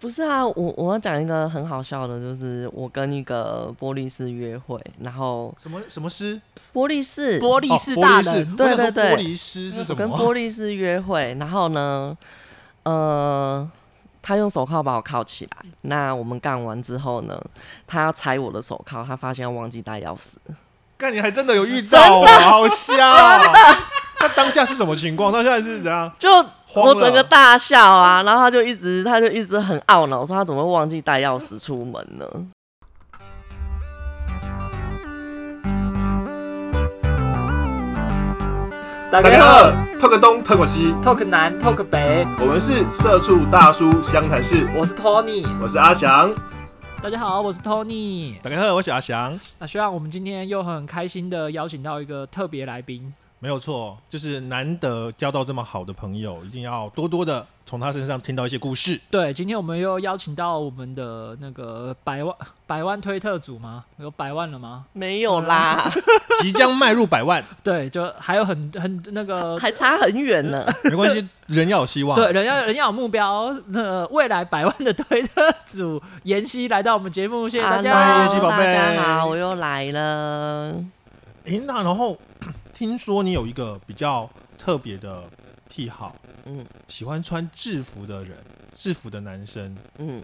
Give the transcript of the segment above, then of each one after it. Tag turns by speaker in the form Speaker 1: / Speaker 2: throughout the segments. Speaker 1: 不是啊，我我要讲一个很好笑的，就是我跟一个玻璃师约会，然后
Speaker 2: 什么什么师？
Speaker 1: 玻璃师
Speaker 3: 玻璃是大
Speaker 2: 哦、玻璃师
Speaker 3: 人，
Speaker 1: 对
Speaker 2: 我想说
Speaker 1: 对对嗯
Speaker 2: 玻璃师是什
Speaker 1: 我跟
Speaker 2: 么？啊
Speaker 1: 玻璃师约会，然后呢，呃，他用手铐把我铐起来。那我们干完之后呢，他要拆我的手铐，他发现忘记带钥匙。
Speaker 2: 干，你还真的有遇到啊，好 笑啊！那当下是什么情况？当下是怎样？
Speaker 1: 就
Speaker 2: 慌
Speaker 1: 我整个
Speaker 2: 了
Speaker 1: 大笑啊，然后他就一直他就一直很懊恼，说他怎么会忘记带钥匙出门呢？
Speaker 3: 大
Speaker 4: 大家好，透个东，透个西，
Speaker 3: ，Talk 南 Talk 北，
Speaker 4: 我们是社畜大叔湘潭市，
Speaker 3: 我是 Tony。
Speaker 4: 我是阿翔。
Speaker 3: 大家好，我是 Tony。
Speaker 2: 大家好，我是阿翔，
Speaker 3: 那虽然我们今天又很开心的邀请到一个特别来宾，
Speaker 2: 没有错，就是难得交到这么好的朋友，一定要多多的从他身上听到一些故事。
Speaker 3: 对，今天我们又邀请到我们的那个百万百万推特组吗？有百万了吗？
Speaker 1: 没有啦，
Speaker 2: 即将迈入百万，
Speaker 3: 对，就还有很很那
Speaker 2: 嗯
Speaker 3: 个。
Speaker 1: 还差很远呢。
Speaker 2: 没关系，人要有希望。
Speaker 3: 对，人家人家有目标，那、未来百万的推特组妍希来到我们节目，谢谢大家。
Speaker 2: 嗨
Speaker 1: Hello，
Speaker 2: 叶希宝贝
Speaker 1: 大家好，我又来了。
Speaker 2: 诶，那然后 听说你有一个比较特别的癖好，
Speaker 1: 嗯
Speaker 2: 喜欢穿制服的人，制服的男生，
Speaker 1: 嗯，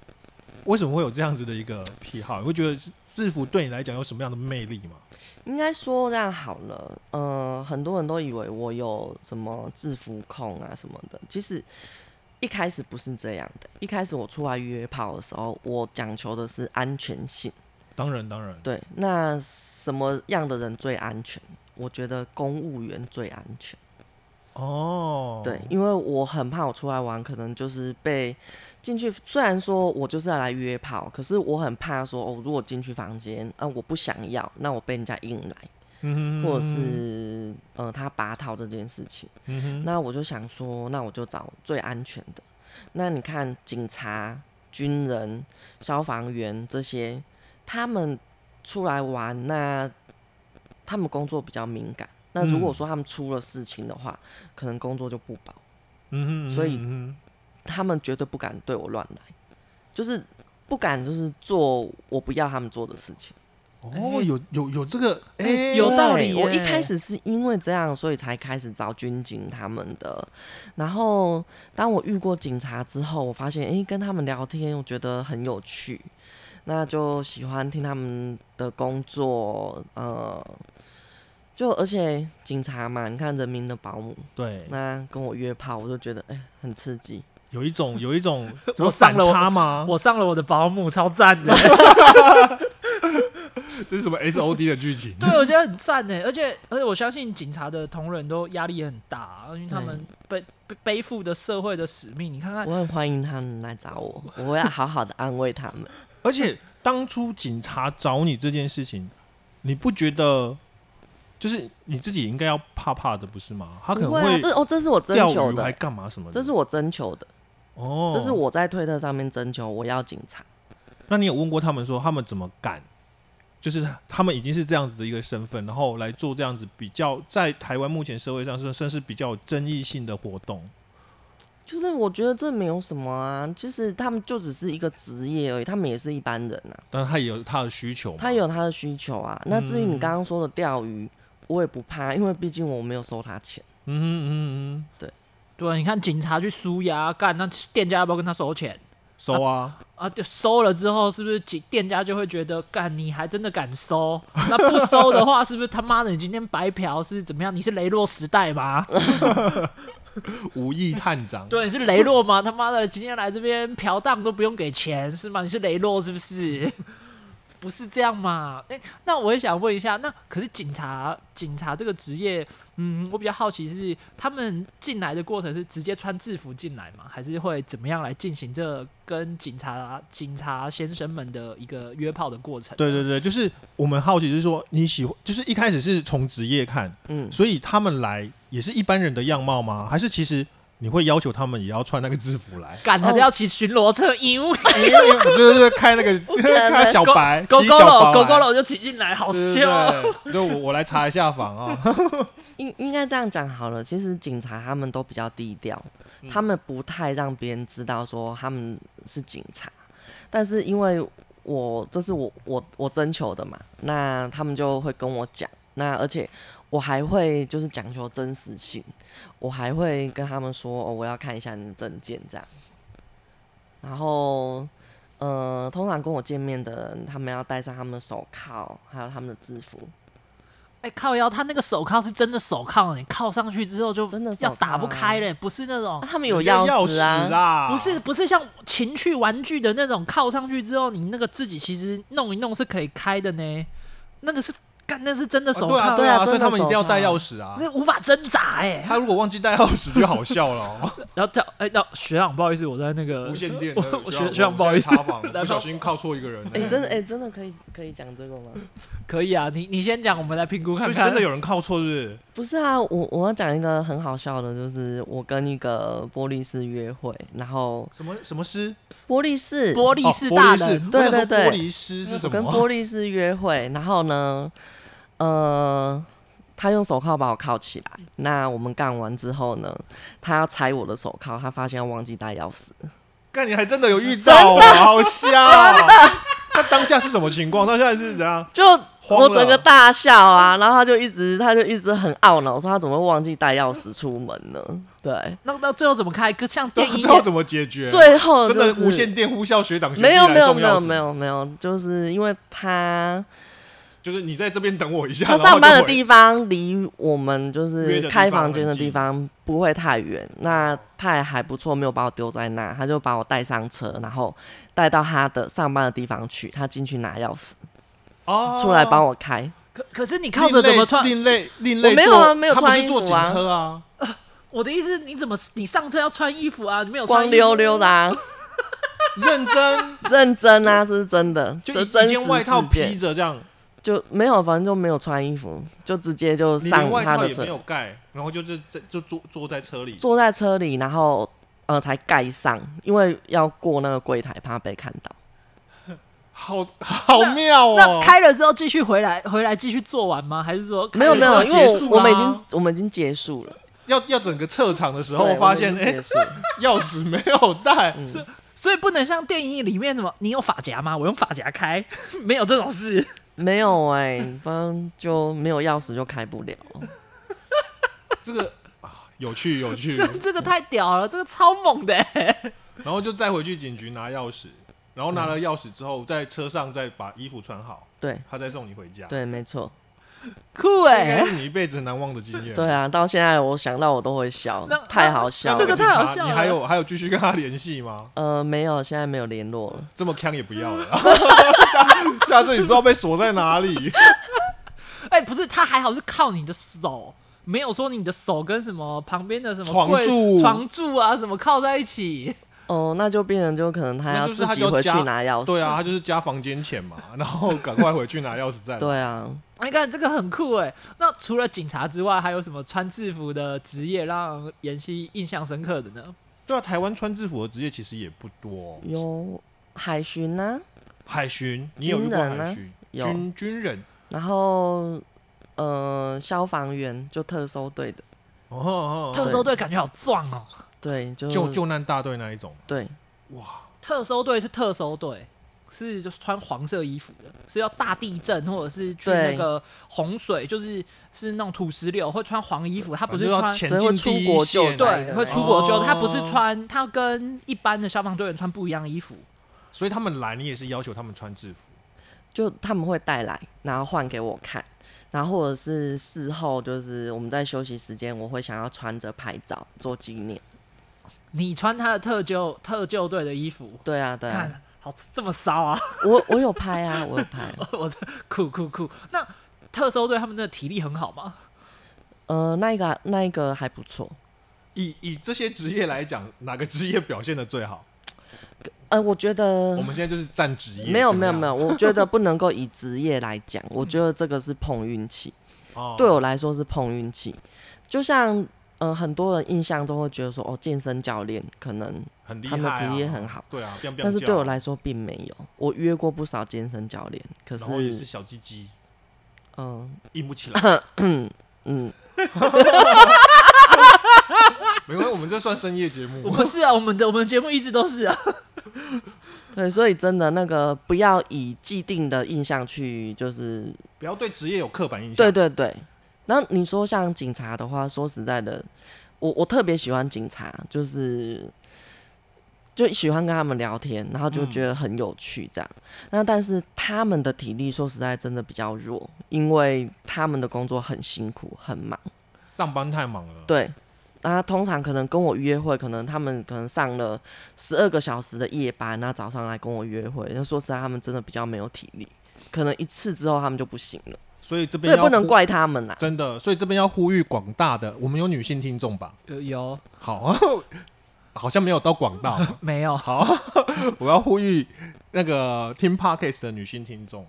Speaker 2: 为什么会有这样子的一个癖好？你会觉得制服对你来讲有什么样的魅力吗？
Speaker 1: 应该说这样好了，呃，很多人都以为我有什么制服控啊什么的，其实一开始不是这样的。一开始我出来约炮的时候，我讲求的是安全性。
Speaker 2: 当然，当然，
Speaker 1: 对，那什么样的人最安全？我觉得公务员最安全。
Speaker 2: 哦，
Speaker 1: 对，因为我很怕我出来玩，可能就是被进去。虽然说我就是要来约炮，可是我很怕说，哦，如果进去房间，啊，我不想要，那我被人家硬来，
Speaker 2: 嗯哼，
Speaker 1: 或者是呃他拔套这件事情。
Speaker 2: 嗯哼，
Speaker 1: 那我就想说，那我就找最安全的。那你看，警察、军人、消防员这些，他们出来玩，那他们工作比较敏感。那如果
Speaker 2: 嗯
Speaker 1: 说他们出了事情的话，可能工作就不保。
Speaker 2: 嗯哼，嗯哼
Speaker 1: 所以
Speaker 2: 嗯
Speaker 1: 他们绝对不敢对我乱来，就是不敢就是做我不要他们做的事情。
Speaker 2: 哼哦，有有有这个，哎、
Speaker 3: 有道理
Speaker 1: 对我一
Speaker 3: 耶
Speaker 1: 开始是因为这样，所以才开始找军警他们的。然后当我遇过警察之后，我发现诶，跟他们聊天，我觉得很有趣，那就喜欢听他们的工作，呃。就而且警察嘛，你看人民的保姆，
Speaker 2: 对，
Speaker 1: 那跟我约炮，我就觉得哎、很刺激。
Speaker 2: 有一种有一 种什么
Speaker 3: 我上
Speaker 2: 反
Speaker 3: 了我
Speaker 2: 差吗？
Speaker 3: 我上了我的保姆，超赞的。
Speaker 2: 这是什么 S O D 的剧 情？
Speaker 3: 对，我觉得很赞呢，而且而且我相信警察的同仁都压力也很大，啊因为他们背背背负的社会的使命。你看看，
Speaker 1: 我很欢迎他们来找我，我要好好的安慰他 们。
Speaker 2: 而且当初警察找你这件事情，你不觉得就是你自己应该要怕怕的，不是吗？他可能
Speaker 1: 不会啊，这哦，这是我征
Speaker 2: 钓
Speaker 1: 求
Speaker 2: 鱼还
Speaker 1: 的，
Speaker 2: 干嘛什么的？
Speaker 1: 这是我征求的，
Speaker 2: 哦，
Speaker 1: 这是。我在推特上面征求，我要警察。
Speaker 2: 那你有问过他们说他们怎么敢？就是他们已经是这样子的一个身份，然后来做这样子比较在台湾目前社会上是算是比较有争议性的活动。
Speaker 1: 就是我觉得这没有什么啊，其实他们就只是一个职业而已，他们也是一般人啊，
Speaker 2: 但是他也有他的需求嘛，
Speaker 1: 他有他的需求啊。那至于
Speaker 2: 嗯
Speaker 1: 你刚刚说的钓鱼，我也不怕，因为毕竟我没有收他钱。
Speaker 2: 嗯哼嗯哼嗯
Speaker 3: 对，啊你看警察去输牙干，那店家要不要跟他收钱
Speaker 2: 哼，收啊，
Speaker 3: 啊？就收了之后，是不是警店家就会觉得干你还真的敢收？那不收的话，是不是他妈的你今天白嫖是怎么样？你是雷洛时代吗？
Speaker 2: 无意探 长，
Speaker 3: 对，你是雷洛吗？他 妈的，今天来这边嫖荡都不用给钱是吗？你是雷洛是不是？ 不是这样嘛？哎、那我也想问一下，那可是警察，警察这个职业，嗯，我比较好奇是他们进来的过程是直接穿制服进来吗？还是会怎么样来进行这跟警察、警察先生们的一个约炮的过程？？
Speaker 2: 对对对，就是我们好奇，就是说你喜欢，就是一开始是从职业看，
Speaker 1: 嗯，
Speaker 2: 所以他们来也是一般人的样貌吗？还是其实你会要求他们也要穿那个制服来
Speaker 3: 赶他要骑巡逻车，因为
Speaker 2: 因为因为对对对，开那个
Speaker 1: 可能
Speaker 2: 开小白，
Speaker 3: 狗
Speaker 2: 骑
Speaker 3: 狗
Speaker 2: 小
Speaker 3: 了，
Speaker 2: 白
Speaker 3: 狗狗了就骑进来，好
Speaker 2: 对
Speaker 3: 羞。
Speaker 2: 对对，对我我来查一下房啊。
Speaker 1: 应应该这样讲好了。其实警察他们都比较低调，
Speaker 2: 嗯
Speaker 1: 他们不太让别人知道说他们是警察。但是因为我这是我我我征求的嘛，那他们就会跟我讲。那而且我还会就是讲求真实性，我还会跟他们说哦，我要看一下你的证件这样。然后呃，通常跟我见面的人，他们要戴上他们的手铐，还有他们的制服。
Speaker 3: 哎、靠腰，他那个手铐是真的手铐，你铐上去之后就
Speaker 1: 真的手
Speaker 3: 要打不
Speaker 1: 铐啊
Speaker 3: 开嘞，不是那种
Speaker 1: 啊、他们有
Speaker 2: 人家钥
Speaker 1: 匙啊，
Speaker 2: 啦，
Speaker 3: 不是不是像情趣玩具的那种靠上去之后，你那个自己其实弄一弄是可以开的呢。那个是干，那是真的
Speaker 2: 啊
Speaker 3: 手
Speaker 2: 对啊
Speaker 3: 铐，
Speaker 2: 对
Speaker 1: 对啊
Speaker 2: 啊，所以
Speaker 1: 真的
Speaker 2: 他们一定要
Speaker 1: 手铐
Speaker 2: 带钥匙啊。
Speaker 3: 那无法挣扎哎、
Speaker 2: 他如果忘记带钥匙就好笑了哦，
Speaker 3: 然后叫哎，那、学长不好意思，我在那个
Speaker 2: 无线电
Speaker 3: 我
Speaker 2: 的。
Speaker 3: 我
Speaker 2: 需要
Speaker 3: 学学长不好意思
Speaker 2: 我，现在查
Speaker 3: 来
Speaker 2: 房，不小心靠错一个人了。
Speaker 1: 哎、真的哎、真的可以可以讲这个吗？
Speaker 3: 可以啊，你你先讲，我们来评估
Speaker 2: 所
Speaker 3: 看
Speaker 2: 以
Speaker 3: 看。
Speaker 2: 真的有人靠错，是
Speaker 1: 不是啊，我我要讲一个很好笑的，就是我跟一个玻璃师约会，然后
Speaker 2: 不是？什么什么师？
Speaker 1: 玻璃师，
Speaker 3: 玻璃是大
Speaker 2: 哦玻璃
Speaker 3: 人，
Speaker 2: 师
Speaker 1: 对
Speaker 2: 我想
Speaker 1: 对
Speaker 2: 说
Speaker 1: 对
Speaker 2: 嗯玻璃师是
Speaker 1: 我
Speaker 2: 什
Speaker 1: 跟
Speaker 2: 么？
Speaker 1: 玻璃师约会，然后呢，呃，他用手铐把我铐起来，那我们干完之后呢，他要拆我的手铐，他发现忘记带钥匙，
Speaker 2: 看你还真的有遇到啊，好笑啊。 那当下是什么情况？当下是怎样？
Speaker 1: 就
Speaker 2: 慌
Speaker 1: 我整个
Speaker 2: 了。
Speaker 1: 大笑啊，然后他就一直他就一直很懊恼，说他怎么会忘记带钥匙出门呢？对，
Speaker 3: 那那最后怎么开？跟像
Speaker 2: 对
Speaker 3: 电影
Speaker 2: 最后怎么解决？
Speaker 1: 最后、就
Speaker 2: 真
Speaker 1: 是、
Speaker 2: 的无线电呼叫学长学弟
Speaker 1: 没有没
Speaker 2: 来
Speaker 1: 有
Speaker 2: 送
Speaker 1: 没
Speaker 2: 钥
Speaker 1: 有
Speaker 2: 匙
Speaker 1: 没，有没有，就是因为 他
Speaker 2: 就是你在这边等我一下。
Speaker 1: 他
Speaker 2: 然后
Speaker 1: 上
Speaker 2: 就
Speaker 1: 班的
Speaker 2: 回
Speaker 1: 地方离我们就
Speaker 2: 约
Speaker 1: 是
Speaker 2: 的地
Speaker 1: 开
Speaker 2: 方
Speaker 1: 房
Speaker 2: 很
Speaker 1: 间的
Speaker 2: 近
Speaker 1: 地方不会太远，那他也还不错，没有把我丢在那，他就把我带上车，然后带到他的上班的地方去，他进去拿钥匙
Speaker 2: 哦
Speaker 1: 出来帮我开，
Speaker 3: 可可是你靠着怎么穿？
Speaker 2: 另类另类
Speaker 1: 我没有
Speaker 2: 坐
Speaker 1: 啊没有
Speaker 2: 他们
Speaker 1: 穿
Speaker 2: 是
Speaker 1: 衣
Speaker 2: 坐
Speaker 1: 服
Speaker 2: 警
Speaker 1: 啊
Speaker 2: 车啊，
Speaker 3: 我的意思，你怎么你上车要穿衣服啊？你没有穿
Speaker 1: 光
Speaker 3: 衣服
Speaker 1: 溜溜的、啊，
Speaker 2: 认真
Speaker 1: 认真啊，这是真的，
Speaker 2: 就
Speaker 1: 这
Speaker 2: 一
Speaker 1: 真
Speaker 2: 一
Speaker 1: 实
Speaker 2: 件外套
Speaker 1: 事件
Speaker 2: 披着这样，
Speaker 1: 就没有，反正就没有穿衣服，就直接就
Speaker 2: 你
Speaker 1: 上
Speaker 2: 连外
Speaker 1: 他
Speaker 2: 套
Speaker 1: 的
Speaker 2: 也
Speaker 1: 车
Speaker 2: 没，有盖，然后就是在就坐坐在车里，
Speaker 1: 坐在车里，然后呃才盖上，因为要过那个柜台，怕被看到。
Speaker 2: 好好妙
Speaker 3: 那
Speaker 2: 哦。
Speaker 3: 开了之后继续回来，回来继续做完吗？还是说
Speaker 1: 没有没有，因为
Speaker 3: 结束
Speaker 1: 我
Speaker 3: 啦
Speaker 1: 我们已经我们已经结束了，
Speaker 2: 要要整个撤场的时
Speaker 1: 对
Speaker 2: 候，发现
Speaker 1: 我们已经嗯
Speaker 2: 哎
Speaker 1: 结，束了
Speaker 2: 钥匙没有带，
Speaker 3: 是，所以不能像电影里面什么，你有发夹吗？我用发夹开， 没有这种事。
Speaker 1: 没有哎，反正就没有钥匙就开不了。
Speaker 2: 这个啊有趣有趣。
Speaker 3: 这个太屌了，这个超猛的、
Speaker 2: 然后就再回去警局拿钥匙，然后拿
Speaker 1: 嗯
Speaker 2: 了钥匙之后，在车上再把衣服穿好，
Speaker 1: 对
Speaker 2: 他再送你回家。，
Speaker 1: 对，没错，
Speaker 3: 酷
Speaker 2: 应
Speaker 3: 哎、
Speaker 2: 该是你一辈子难忘的经验。
Speaker 1: 对，啊，到现在我想到我都会笑
Speaker 3: 那，
Speaker 1: 太好笑
Speaker 2: 那
Speaker 1: 了。
Speaker 2: 这个
Speaker 3: 这个太好
Speaker 2: 警察
Speaker 3: 笑了
Speaker 2: 你还有还有继续跟他联系吗？
Speaker 1: 呃，没有，现在没有联络了。
Speaker 2: 这么坑也不 要了，下下次你不知道被锁在哪里。
Speaker 3: 哎、不是，他还好是靠你的手，没有说你的手跟什么旁边的什么
Speaker 2: 床
Speaker 3: 柜
Speaker 2: 柱
Speaker 3: 床柱啊什么靠在一起。
Speaker 1: 哦，那就变成就可能他
Speaker 2: 那
Speaker 1: 要
Speaker 2: 就是
Speaker 1: 自
Speaker 2: 他
Speaker 1: 己
Speaker 2: 就
Speaker 1: 回去
Speaker 2: 加
Speaker 1: 拿钥匙。
Speaker 2: 对啊，他就是加房间钱嘛，然后赶快回去拿钥匙再来。
Speaker 1: 对啊，
Speaker 3: 你看这个很酷哎、那除了警察之外，还有什么穿制服的职业让妍希印象深刻的呢？
Speaker 2: 对啊，台湾穿制服的职业其实也不多。
Speaker 1: 有海巡啊呢、
Speaker 2: 海巡，你有遇
Speaker 1: 军
Speaker 2: 过
Speaker 1: 人啊
Speaker 2: 海巡？
Speaker 1: 有
Speaker 2: 军军人
Speaker 1: 然后呃，消防员就特搜队的，
Speaker 2: 哦哦哦，
Speaker 3: 特
Speaker 2: 哦
Speaker 3: 搜队感觉好壮哦、
Speaker 1: 对，就
Speaker 2: 救救难大队那一种。
Speaker 1: 对，
Speaker 2: 哇，
Speaker 3: 特搜队是特搜队，是就是穿黄色衣服的，是要大地震或者是去
Speaker 1: 对
Speaker 3: 那个洪水，就是是那种土石流会穿黄衣服，他不是
Speaker 2: 反正要
Speaker 3: 穿。
Speaker 2: 前
Speaker 1: 所以
Speaker 2: 进
Speaker 1: 会出
Speaker 2: 第一
Speaker 1: 国救
Speaker 2: 线，哦
Speaker 1: 灾
Speaker 3: 对，会出国救，他不是穿，他跟一般的消防队员穿不一样的衣服。
Speaker 2: 所以他们来，你也是要求他们穿制服。
Speaker 1: 就他们会带来，然后换给我看，然后或者是事后就是我们在休息时间，我会想要穿着拍照做纪念。
Speaker 3: 你穿他的特救特救队的衣服，
Speaker 1: 对啊，对啊，
Speaker 3: 看好这么骚啊！
Speaker 1: 我我有拍啊， 我有拍。
Speaker 3: 我这酷酷酷。那特搜队他们真的体力很好吗？
Speaker 1: 呃，那一个那一个还不错。
Speaker 2: 以以这些职业来讲，哪个职业表现的最好？
Speaker 1: 呃，我觉得
Speaker 2: 我们现在就是占职业怎么样。啊
Speaker 1: 没有没有没有，我觉得不能够以职业来讲，我觉得这个是碰运气。
Speaker 2: 哦，
Speaker 1: 对我来说是碰运气。就像呃，很多人印象中会觉得说，哦，健身教练可能，
Speaker 2: 很厉害
Speaker 1: 他们
Speaker 2: 啊，
Speaker 1: 体力也很好
Speaker 2: 对啊，biang biang
Speaker 1: 但是
Speaker 2: 叫
Speaker 1: 对我，来说并没有。我约过不少健身教练，可
Speaker 2: 然后也是
Speaker 1: 是，
Speaker 2: 小鸡鸡
Speaker 1: 嗯
Speaker 2: 硬不起来，
Speaker 1: 嗯，
Speaker 2: 没关系，我们这算深夜节目。
Speaker 3: 不是啊，我们的我们节目一直都是啊。
Speaker 1: 对，所以真的那个不要以既定的印象去，就是
Speaker 2: 不要对职业有刻板印象。
Speaker 1: 对对对。然后你说像警察的话，说实在的，我我特别喜欢警察，就是就喜欢跟他们聊天，然后就
Speaker 2: 嗯
Speaker 1: 觉得很有趣这样。那但是他们的体力说实在真的比较弱，因为他们的工作很辛苦很忙。
Speaker 2: 上班太忙了。
Speaker 1: 对，那通常可能跟我约会，可能他们可能上了十二个小时的夜班，那早上来跟我约会，那说实在，他们真的比较没有体力，可能一次之后他们就不行了，
Speaker 2: 所以这
Speaker 1: 这
Speaker 2: 边
Speaker 1: 也
Speaker 2: 要
Speaker 1: 不能
Speaker 2: 呼
Speaker 1: 怪他们啦。
Speaker 2: 真的，所以这边要呼吁广大的，我们有女性听众吧？
Speaker 3: 有有
Speaker 2: 好， 好像没有到广大。
Speaker 3: 没有？
Speaker 2: 好，我要呼吁那个听 podcast 的女性听众，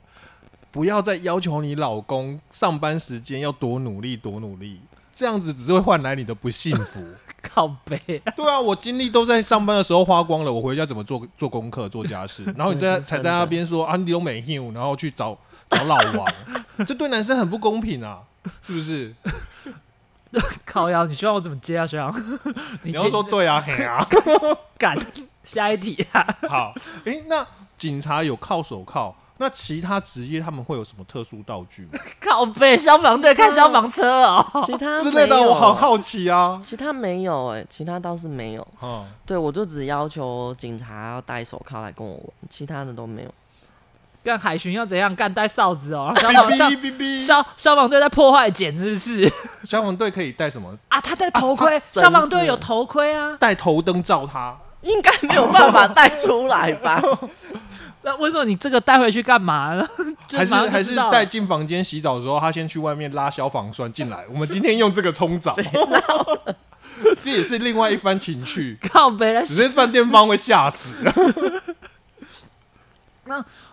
Speaker 2: 不要再要求你老公上班时间要多努力多努力，这样子只是会换来你的不幸福。
Speaker 3: 靠背，
Speaker 2: 对啊，我精力都在上班的时候花光了，我回家怎么做做功课、做家事？然后你在
Speaker 1: 真的
Speaker 2: 才在那边说啊，你都没 h 然后去找找老王， 这对男生很不公平啊，是不是？
Speaker 3: 靠腰，你希望我怎么接啊，学长？
Speaker 2: 你
Speaker 3: 你
Speaker 2: 要
Speaker 3: 接
Speaker 2: 说对啊，嘿啊，
Speaker 3: 干， 下一题啊。
Speaker 2: 好，诶、那警察有铐手铐，那其他职业他们会有什么特殊道具吗？
Speaker 3: 靠背，消防队开消防车哦。
Speaker 1: 其他
Speaker 2: 之类的，
Speaker 1: 没有
Speaker 2: 我好，好奇啊。
Speaker 1: 其他没有哎、其他倒是没有。
Speaker 2: 嗯，
Speaker 1: 对我就只要求警察要戴手铐来跟我玩，其他的都没有。
Speaker 3: 干海巡要怎样？干带哨子哦。消防消
Speaker 2: 哔哔哔哔，
Speaker 3: 消消防队在破坏检是不是？
Speaker 2: 消防队可以戴什么？
Speaker 3: 啊，他戴 头盔，
Speaker 1: 子
Speaker 3: 消防队有头盔啊。
Speaker 2: 戴头灯照他，
Speaker 1: 应该没有办法带出来 吧？
Speaker 3: 那为什么你这个带回去干嘛 呢？就
Speaker 2: 还是
Speaker 3: 马上就
Speaker 2: 还
Speaker 3: 知
Speaker 2: 是
Speaker 3: 道了
Speaker 2: 带进房间洗澡的时候，他先去外面拉消防栓进来。我们今天用这个冲澡，这也是另外一番情趣，
Speaker 3: 靠背来
Speaker 2: 只是饭店方会吓死。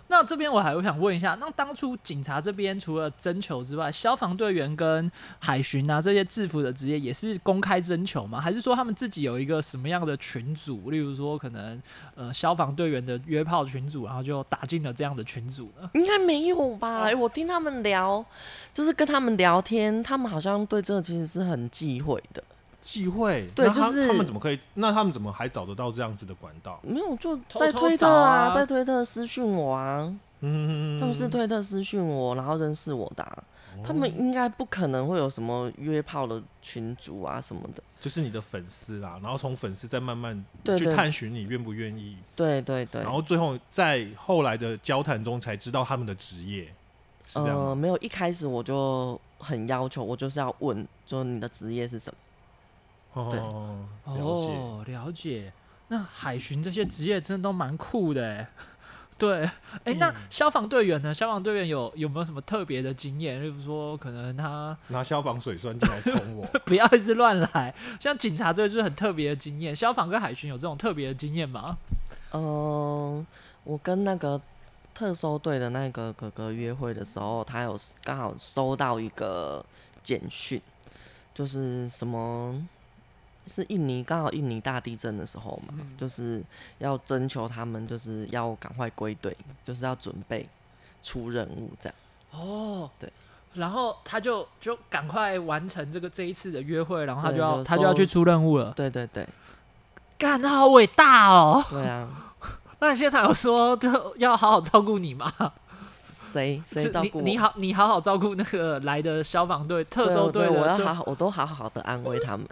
Speaker 3: 那这边我还会想问一下，那当初警察这边除了征求之外，消防队员跟海巡啊这些制服的职业也是公开征求吗？还是说他们自己有一个什么样的群组？例如说，可能呃消防队员的约炮群组，然后就打进了这样的群组呢？
Speaker 1: 应该没有 吧？哎我听他们聊，就是跟他们聊天，他们好像对这其实是很忌讳的。
Speaker 2: 忌讳，
Speaker 1: 对
Speaker 2: 那他
Speaker 1: 就是
Speaker 2: 他们怎么可以？那他们怎么还找得到这样子的管道？
Speaker 1: 没有，就
Speaker 3: 偷
Speaker 1: 在
Speaker 3: 偷
Speaker 1: 推特
Speaker 3: 找啊
Speaker 1: 啊，在推特私讯我啊，
Speaker 2: 嗯，哦
Speaker 1: 他们是推特私讯我，然后认识我的啊、他们应该不可能会有什么约炮的群组啊什么的。
Speaker 2: 就是你的粉丝啦，然后从粉丝再慢慢
Speaker 1: 对
Speaker 2: 去
Speaker 1: 对
Speaker 2: 探寻你愿不愿意，
Speaker 1: 对对对
Speaker 2: 然，后最后在后来的交谈中才知道他们的职业是这样
Speaker 1: 呃，
Speaker 2: 吗。
Speaker 1: 没有，一开始我就很要求，我就是要问，就你的职业是什么？对
Speaker 2: 哦，了解。
Speaker 3: 哦，了解。那海巡这些职业真的都蛮酷的欸， 对。哎、那消防队员呢？消防队员有有没有什么特别的经验？例如说，可能他
Speaker 2: 拿消防水栓进来冲我，
Speaker 3: 不要一直乱来。像警察这个就是很特别的经验，消防跟海巡有这种特别的经验吗？
Speaker 1: 嗯，我跟那个特搜队的那个哥哥约会的时候，他有 s- 刚好收到一个简讯，就是什么是印尼刚好印尼大地震的时候嘛，就是要征求他们就是要赶快归队，就是要准备出任务这样。
Speaker 3: 哦，
Speaker 1: 对。
Speaker 3: 然后他就就赶快完成这个这一次的约会，然后他就
Speaker 1: 对
Speaker 3: 要
Speaker 1: 就
Speaker 3: 他就要
Speaker 1: 收
Speaker 3: 去出任务了。
Speaker 1: 对对对
Speaker 3: 干，他好伟大哦！
Speaker 1: 对啊，
Speaker 3: 那现场有说都要好好照顾你吗？
Speaker 1: 谁谁
Speaker 3: 是
Speaker 1: 照顾我
Speaker 3: 你你好，你好好照顾那个来的消防队、特
Speaker 1: 对
Speaker 3: 搜
Speaker 1: 我
Speaker 3: 队
Speaker 1: 对
Speaker 3: 的。
Speaker 1: 我要
Speaker 3: 对
Speaker 1: 好好，我都好好的安慰他们。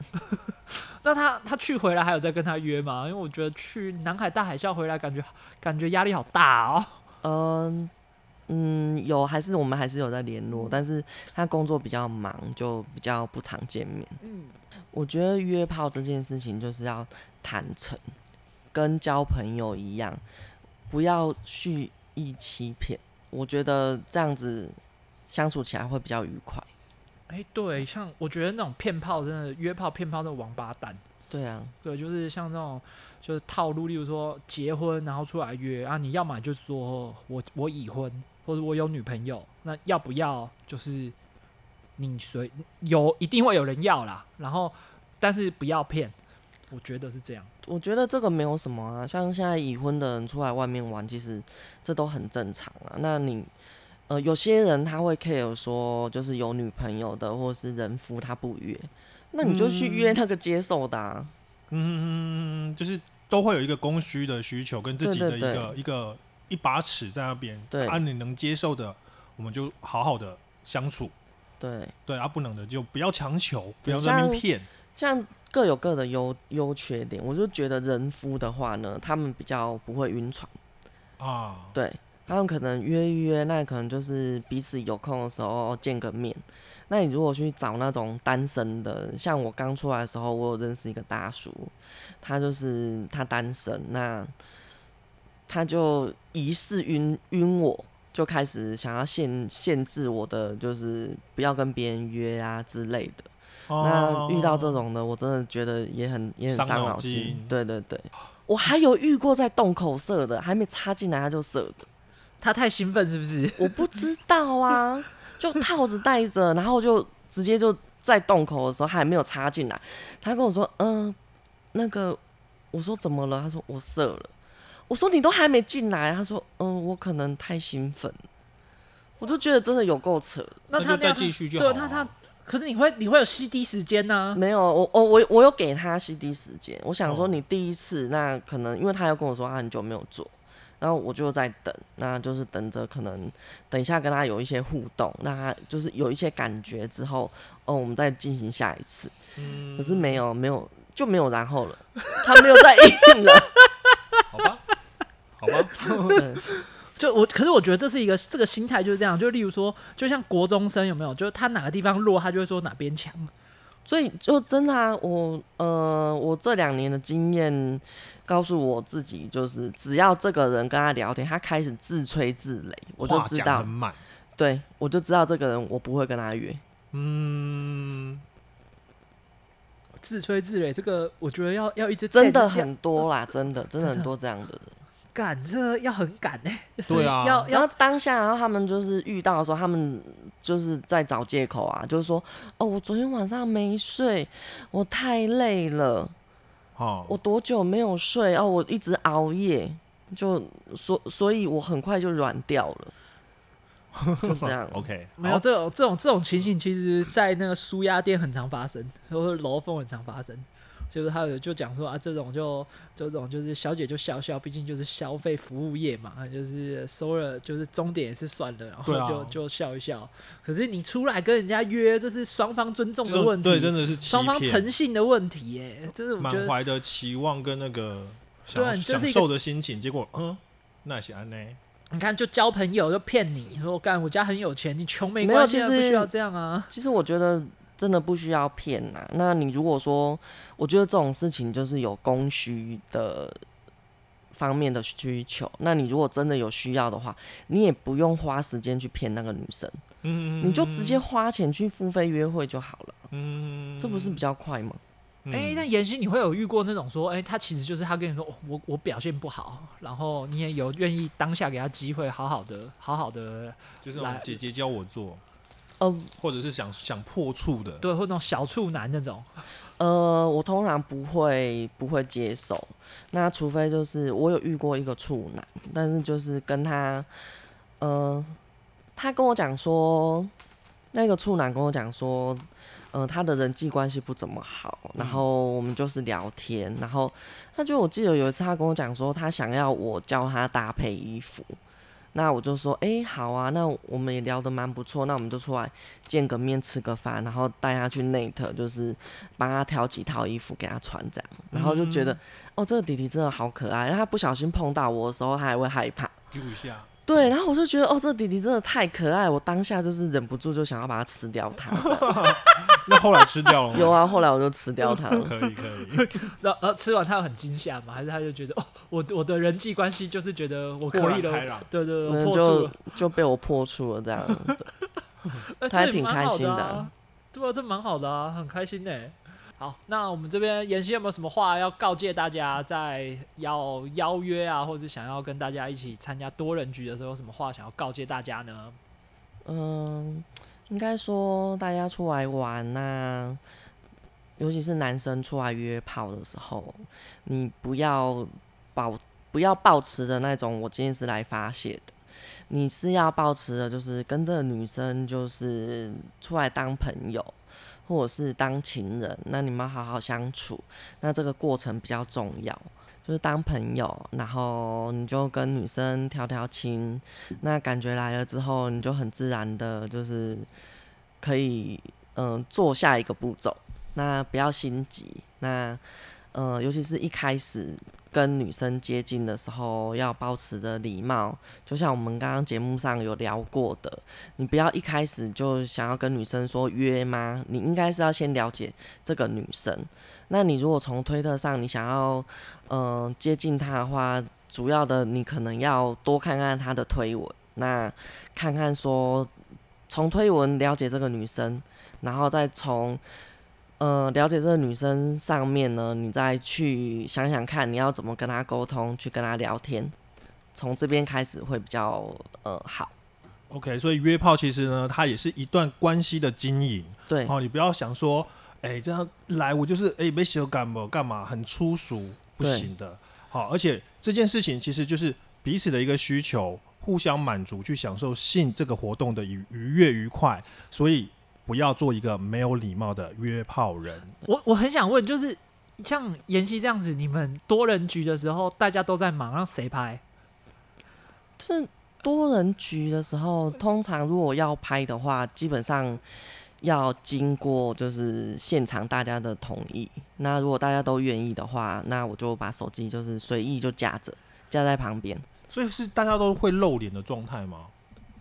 Speaker 3: 那他他去回来还有再跟他约吗？因为我觉得去南海大海啸回来，感觉感觉压力好大哦。
Speaker 1: 嗯嗯，有还是我们还是有在联络，但是他工作比较忙，就比较不常见面。
Speaker 3: 嗯，
Speaker 1: 我觉得约炮这件事情就是要坦诚，跟交朋友一样，不要蓄意欺骗。我觉得这样子相处起来会比较愉快。
Speaker 3: 哎、对，像我觉得那种骗炮，真的约炮骗炮那种王八蛋，
Speaker 1: 对啊，
Speaker 3: 对，就是像那种就是套路，例如说结婚然后出来约啊，你要么就是说我我已婚，或者我有女朋友，那要不要就是你随有一定会有人要啦，然后但是不要骗，我觉得是这样。
Speaker 1: 我觉得这个没有什么啊，像现在已婚的人出来外面玩，其实这都很正常啊。那你呃，有些人他会 care 说，就是有女朋友的或者是人夫他不约，那你就去约那个接受的、啊。
Speaker 2: 嗯，就是都会有一个供需的需求跟自己的一个
Speaker 1: 对对
Speaker 2: 一个一把尺在那边，
Speaker 1: 对
Speaker 2: 啊，你能接受的，我们就好好的相处，
Speaker 1: 对，
Speaker 2: 对啊，不能的就不要强求，不
Speaker 1: 对
Speaker 2: 要在那边骗，
Speaker 1: 这样各有各的优优缺点。我就觉得人夫的话呢，他们比较不会晕船，
Speaker 2: 啊，
Speaker 1: 对他们可能约一约，那可能就是彼此有空的时候哦见个面。那你如果去找那种单身的，像我刚出来的时候，我有认识一个大叔，他就是他单身，那他就疑似晕晕我，就开始想要限限制我的，就是不要跟别人约啊之类的。
Speaker 2: 哦
Speaker 1: 那遇到这种的，我真的觉得也很也很
Speaker 2: 伤
Speaker 1: 伤
Speaker 2: 脑
Speaker 1: 脑筋
Speaker 2: 筋。
Speaker 1: 对对对，我还有遇过在洞口射的，还没插进来他就射的，
Speaker 3: 他太兴奋是不是？
Speaker 1: 我不知道啊，就套子戴着，然后就直接就在洞口的时候他还没有插进来，他跟我说，嗯、那个，我说怎么了？他说我射了。我说你都还没进来，他说嗯，我可能太兴奋了，我就觉得真的有够扯。
Speaker 3: 那
Speaker 2: 那
Speaker 3: 他
Speaker 2: 就再
Speaker 3: 样
Speaker 2: 继续就好
Speaker 3: 对
Speaker 2: 啊
Speaker 3: 他他，可是你会你会有 CD 时间呢、
Speaker 1: 没有，我我我我有给他 CD 时间，我想
Speaker 2: 哦
Speaker 1: 说你第一次，那可能因为他又跟我说他很久没有做，然后我就在等，那就是等着可能等一下跟他有一些互动，那他就是有一些感觉之后，哦，我们再进行下一次。
Speaker 2: 嗯
Speaker 1: 可是没有没有就没有然后了， 他没有再 硬了。
Speaker 2: 好吧，好吧，
Speaker 1: 嗯
Speaker 3: 就我，可是我觉得这是一个这个心态就是这样，就例如说，就像国中生有没有？就是他哪个地方弱，他就会说哪边强。
Speaker 1: 所以就真的啊，我呃，我这两年的经验告诉我自己，就是只要这个人跟他聊天，他开始自吹自擂， 我就
Speaker 2: 话
Speaker 1: 知
Speaker 2: 讲
Speaker 1: 道
Speaker 2: 很，满，
Speaker 1: 对我就知道这个人我不会跟他约。
Speaker 2: 嗯，
Speaker 3: 自吹自擂，这个我觉得要要一直
Speaker 1: 真的
Speaker 3: 要
Speaker 1: 很多啦，真的真的
Speaker 3: 真的
Speaker 1: 很多这样的人。
Speaker 3: 敢，这要很敢哎、
Speaker 2: 对啊，
Speaker 3: 要
Speaker 1: 然
Speaker 3: 要
Speaker 1: 后当下，然后他们就是遇到的时候，他们就是在找借口啊，就是说，哦，我昨天晚上没睡，我太累了，
Speaker 2: 哦，。
Speaker 1: 我多久没有睡？哦，我一直熬夜，就所所以，我很快就软掉了， 就这样
Speaker 2: OK，
Speaker 3: 没有这种这种这种情形，其实，在那个舒压店很常发生，或者楼凤很常发生。就是他有就讲说啊，这种就这种就是小姐就笑笑，毕竟就是消费服务业嘛，就是收了就是终点也是算了，然后
Speaker 2: 对啊
Speaker 3: 就、就笑一笑。可是你出来跟人家约，这是双方尊重
Speaker 2: 这
Speaker 3: 的
Speaker 2: 种
Speaker 3: 问题，
Speaker 2: 对，真的是欺
Speaker 3: 双方
Speaker 2: 骗
Speaker 3: 诚信的问题、耶，哎，真的我觉
Speaker 2: 满
Speaker 3: 得
Speaker 2: 怀的期望跟那个想
Speaker 3: 对
Speaker 2: 要
Speaker 3: 你就是
Speaker 2: 享
Speaker 3: 一个
Speaker 2: 受的心情，结果嗯，那些安呢？
Speaker 3: 你看就交朋友就骗你，说干我家很有钱，你穷没
Speaker 1: 没有
Speaker 3: 关系，
Speaker 1: 其
Speaker 3: 啊，
Speaker 1: 实
Speaker 3: 不需要这样啊。
Speaker 1: 其实我觉得真的不需要骗呐、那你如果说，我觉得这种事情就是有供需的方面的需求，那你如果真的有需要的话，你也不用花时间去骗那个女生，
Speaker 2: 嗯，
Speaker 1: 你就直接花钱去付费约会就好了，
Speaker 2: 嗯，
Speaker 1: 这不是比较快吗？
Speaker 2: 嗯
Speaker 3: 哎、那妍希，你会有遇过那种说，哎、他其实就是他跟你说，哦我我表现不好，然后你也有愿意当下给他机会，好好的，好好的，
Speaker 2: 就是那种
Speaker 3: 来
Speaker 2: 姐姐教我做，
Speaker 1: 呃
Speaker 2: 或者是想想破处的，
Speaker 3: 对，或那种小处男那种，
Speaker 1: 呃，我通常不会不会接受，那除非就是我有遇过一个处男，但是就是跟他，呃，他跟我讲说，那个处男跟我讲说，呃，他的人际关系不怎么好，然后我们就是聊天，然后他就我记得有一次他跟我讲说，他想要我教他搭配衣服。那我就说，诶，好啊，那我们也聊得蛮不错，那我们就出来见个面，吃个饭，然后带他去 Net，就是帮他挑几套衣服给他穿，这样，然后就觉
Speaker 3: 嗯
Speaker 1: 得、哦，这个弟弟真的好可爱。然后他不小心碰到我的时候，他还会害怕。
Speaker 2: 丢一下，
Speaker 1: 对，然后我就觉得哦，这个弟弟真的太可爱，我当下就是忍不住就想要把它吃掉它。
Speaker 2: 那后来吃掉了吗？
Speaker 1: 有，啊，后来我就吃掉它了。
Speaker 2: 可以可以，
Speaker 3: 然后然呃后吃完他有很惊吓嘛，还是他就觉得，哦，我我的人际关系就是觉得我
Speaker 2: 豁
Speaker 3: 可
Speaker 2: 然
Speaker 3: 以了
Speaker 2: 开朗，
Speaker 3: 对对
Speaker 1: 可能
Speaker 3: 对，我破处
Speaker 1: 就
Speaker 3: 了，
Speaker 1: 就被我破处了这样，
Speaker 3: 呃
Speaker 1: 他还
Speaker 3: 这也
Speaker 1: 挺
Speaker 3: 蛮
Speaker 1: 开
Speaker 3: 好
Speaker 1: 心
Speaker 3: 的
Speaker 1: 的
Speaker 3: 啊，对啊，这蛮好的啊，很开心呢、好，那我们这边妍希有没有什么话要告诫大家，在要邀约啊，或者想要跟大家一起参加多人局的时候，有什么话想要告诫大家呢？
Speaker 1: 嗯，应该说大家出来玩呐、尤其是男生出来约炮的时候，你不要抱不要抱持着那种我今天是来发泄的，你是要保持的，就是跟这个女生就是出来当朋友，或者是当情人，那你们要好好相处，那这个过程比较重要。就是当朋友，然后你就跟女生调调情，那感觉来了之后，你就很自然的，就是可以嗯、呃做下一个步骤。那不要心急，那呃，尤其是一开始跟女生接近的时候，要保持的礼貌，就像我们刚刚节目上有聊过的，你不要一开始就想要跟女生说约吗？你应该是要先了解这个女生。那你如果从推特上你想要嗯、呃接近她的话，主要的你可能要多看看她的推文，那看看说从推文了解这个女生，然后再从呃，了解这个女生上面呢，你再去想想看，你要怎么跟她沟通，去跟她聊天，从这边开始会比较呃好。
Speaker 2: OK，所以约炮其实呢，它也是一段关系的经营。
Speaker 1: 对，
Speaker 2: 哦，你不要想说，哎、这样来我就是哎没羞感嘛，干嘛很粗俗，不
Speaker 1: 对
Speaker 2: 行的。好，而且这件事情其实就是彼此的一个需求，互相满足，去享受性这个活动的愉愉悦愉快，所以不要做一个没有礼貌的约炮人。
Speaker 3: 我我很想问，就是像妍希这样子，你们多人局的时候，大家都在忙，让谁拍？
Speaker 1: 就是多人局的时候，通常如果要拍的话，基本上要经过就是现场大家的同意。那如果大家都愿意的话，那我就把手机就是随意就架着，架在旁边。
Speaker 2: 所以是大家都会露脸的状态吗？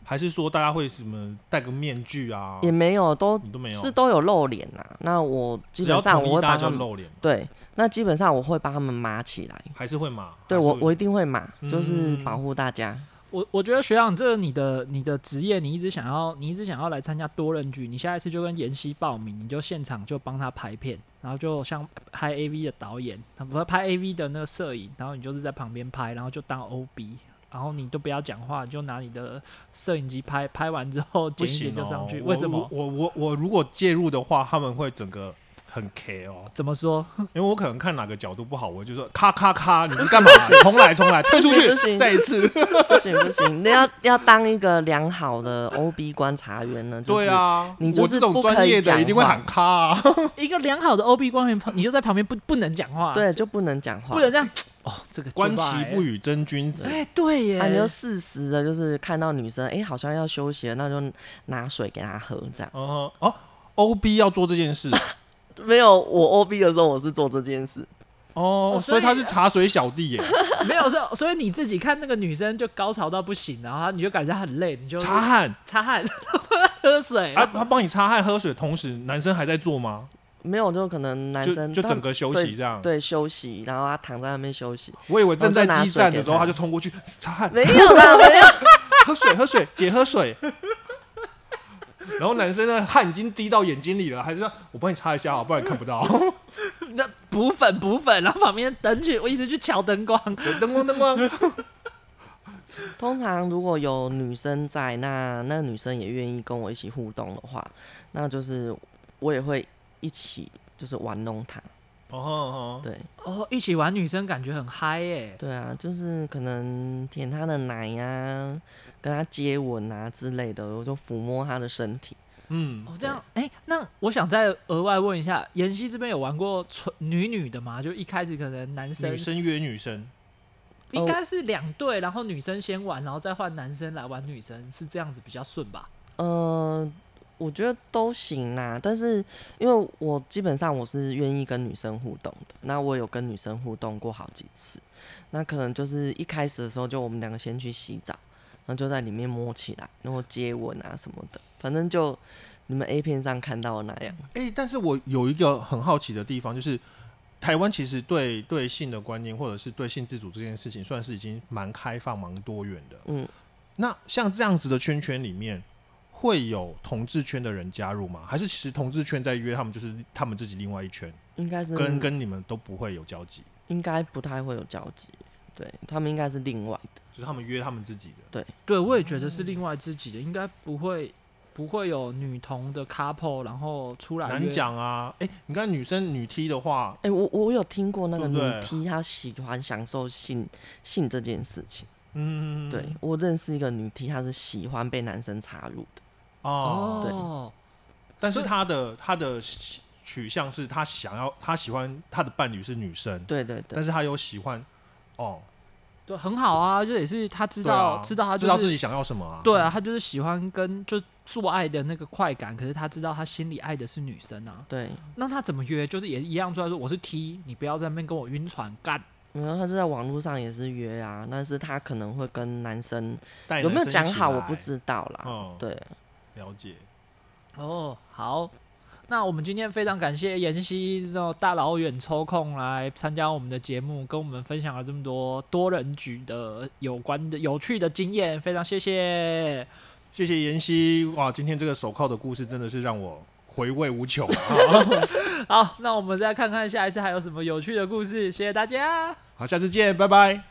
Speaker 2: 还是说大家会什么戴个面具啊？
Speaker 1: 也没有，都
Speaker 2: 你都没有，
Speaker 1: 是都有露脸呐、那我基
Speaker 2: 只
Speaker 1: 本
Speaker 2: 要
Speaker 1: 上
Speaker 2: 统
Speaker 1: 我
Speaker 2: 一
Speaker 1: 会
Speaker 2: 大
Speaker 1: 把
Speaker 2: 家
Speaker 1: 他
Speaker 2: 就
Speaker 1: 们
Speaker 2: 露脸，
Speaker 1: 对，那基本上我会把他们码起来。
Speaker 2: 还是会嘛？
Speaker 1: 对
Speaker 2: 还是
Speaker 1: 我
Speaker 2: 会，
Speaker 1: 我一定会码，就是
Speaker 2: 嗯
Speaker 1: 保护大家。
Speaker 3: 我我觉得学长，这个你的你的职业，你一直想要，你一直想要来参加多人局，你下一次就跟妍希报名，你就现场就帮他拍片，然后就像拍 AV 的导演，他不是拍 AV 的那个摄影，然后你就是在旁边拍，然后就当 OB，然后你都不要讲话，就拿你的摄影机拍，拍完之后
Speaker 2: 不
Speaker 3: 剪
Speaker 2: 行
Speaker 3: 一剪
Speaker 2: 哦、
Speaker 3: 就上去，
Speaker 2: 我
Speaker 3: 为什么？
Speaker 2: 我我我我如果介入的话，他们会整个很 K 哦，
Speaker 3: 怎么说？
Speaker 2: 因为我可能看哪个角度不好，我就说咔咔咔，你是干嘛？重来重来，退出
Speaker 1: 不行
Speaker 2: 去，再 一次。
Speaker 1: 不行不行，那要要当一个良好的 OB 观察员呢。就是、
Speaker 2: 对，啊，
Speaker 1: 你就
Speaker 2: 我
Speaker 1: 是
Speaker 2: 这种
Speaker 1: 不
Speaker 2: 专
Speaker 1: 可以
Speaker 2: 业的
Speaker 1: 讲
Speaker 2: 一定会
Speaker 1: 话
Speaker 2: 喊咔 啊。
Speaker 3: 一个良好的 OB 官员，你就在旁边不不能讲话，，
Speaker 1: 对，就不能讲话，
Speaker 3: 不能这样。哦，这个
Speaker 2: 观
Speaker 3: 就
Speaker 2: 其
Speaker 3: 吧
Speaker 2: 不。语真君子，
Speaker 3: 哎，对耶，
Speaker 1: 啊，你就适时的，就是看到女生，哎、好像要休息了，那就拿水给她喝，这样。
Speaker 2: 嗯哼哦，O B 要做这件事
Speaker 1: 没有，我 OB 的时候我是做这件事，
Speaker 2: 哦
Speaker 3: 哦，
Speaker 2: 所以
Speaker 3: 所以
Speaker 2: 他是茶水小弟耶，
Speaker 3: 没有，是所以你自己看那个女生就高潮到不行，然后你就感觉她很累，你就
Speaker 2: 擦汗
Speaker 3: 擦汗， 喝水。
Speaker 2: 啊，他帮你擦汗喝水，同时男生还在做吗？
Speaker 1: 没有就可能男
Speaker 2: 就
Speaker 1: 生
Speaker 2: 就
Speaker 1: 他
Speaker 2: 整个休息这样。
Speaker 1: 对休息，然后他躺在那边休 息，
Speaker 2: 我以为正在
Speaker 1: 然后就拿
Speaker 2: 激战的
Speaker 1: 水给
Speaker 2: 时候，他
Speaker 1: 他
Speaker 2: 就冲过去擦汗，
Speaker 1: 没有啦，没有，
Speaker 2: 喝水，喝水，姐喝水。然后男生的汗已经滴到眼睛里了，还是说我帮你擦一下好，不然你看不到。
Speaker 3: 那补粉补粉，然后旁边灯去，我一直去瞧灯光。
Speaker 2: 有灯光，灯光。
Speaker 1: 通常如果有女生在，那那女生也愿意跟我一起互动的话，那就是我也会一起就是玩弄她。
Speaker 2: 哦哦，
Speaker 1: 对
Speaker 3: 哦，一起玩女生感觉很嗨耶。
Speaker 1: 对啊，就是可能舔她的奶啊，跟她接吻啊之类的，我就抚摸她的身体。
Speaker 2: 嗯，
Speaker 3: 哦，这样，哎、那我想再额外问一下，妍希这边有玩过纯女女的吗？就一开始可能男生
Speaker 2: 女生约女生，
Speaker 3: 应该是两队，然后女生先玩，然后再换男生来玩女生，是这样子比较顺吧？
Speaker 1: 呃，我觉得都行啦，但是因为我基本上我是愿意跟女生互动的，那我有跟女生互动过好几次，那可能就是一开始的时候就我们两个先去洗澡，然后就在里面摸起来，然后接吻啊什么的，反正就你们 A 片上看到的那样。
Speaker 2: 哎、但是我有一个很好奇的地方，就是台湾其实对对性的观念，或者是对性自主这件事情，算是已经蛮开放、蛮多元的。
Speaker 1: 嗯，
Speaker 2: 那像这样子的圈圈里面，会有同志圈的人加入吗？还是其实同志圈在约他们，就是他们自己另外一圈，
Speaker 1: 应该是
Speaker 3: 嗯
Speaker 2: 跟跟你们都不会有交集，
Speaker 1: 应该不太会有交集，对他们应该是另外的。
Speaker 2: 就是他们约他们自己的。
Speaker 3: 对，我也觉得
Speaker 2: 嗯
Speaker 3: 是另外自己的，应该不会不会有女同的 couple，然后出来
Speaker 2: 难
Speaker 3: 约。
Speaker 2: 讲啊，哎、你看女生女 T 的话，
Speaker 1: 哎、我我有听过那个
Speaker 2: 对不
Speaker 1: 女
Speaker 2: 对
Speaker 1: T，她喜欢享受性性这件事情。
Speaker 2: 嗯，
Speaker 1: 对我认识一个女 T，她是喜欢被男生插入的，
Speaker 2: 哦，
Speaker 3: 哦，
Speaker 2: 但是他的他的喜取向是他想要他喜欢他的伴侣是女生，
Speaker 1: 对对对
Speaker 2: 但，是他有喜欢哦，
Speaker 3: 对，很好啊，这也是他知
Speaker 2: 知
Speaker 3: 道、
Speaker 2: 啊、
Speaker 3: 知道他、就是、
Speaker 2: 知道自己想要什么啊，
Speaker 3: 对啊，他就是喜欢跟就做爱的那个快感，可是他知道他心里爱的是女生啊，
Speaker 1: 对，
Speaker 3: 那他怎么约？就是也一样出来说我是 T，你不要在那边跟我晕船干。
Speaker 1: 然后她就在网络上也是约啊，但是她可能会跟男生
Speaker 2: 带
Speaker 1: 有没有
Speaker 2: 男生
Speaker 1: 讲
Speaker 2: 一起
Speaker 1: 好，
Speaker 2: 来
Speaker 1: 我不，知道啦。
Speaker 2: 嗯，
Speaker 1: 对，
Speaker 2: 了解，
Speaker 3: 哦，好，那我们今天非常感谢妍希那种大老远抽空来参加我们的节目，跟我们分享了这么多多人局的有关的有趣的经验，非常谢谢。
Speaker 2: 谢谢妍希，哇，今天这个手铐的故事真的是让我回味无穷 啊！
Speaker 3: 好，那我们再看看下一次还有什么有趣的故事，谢谢大家。
Speaker 2: 好，下次见，拜拜。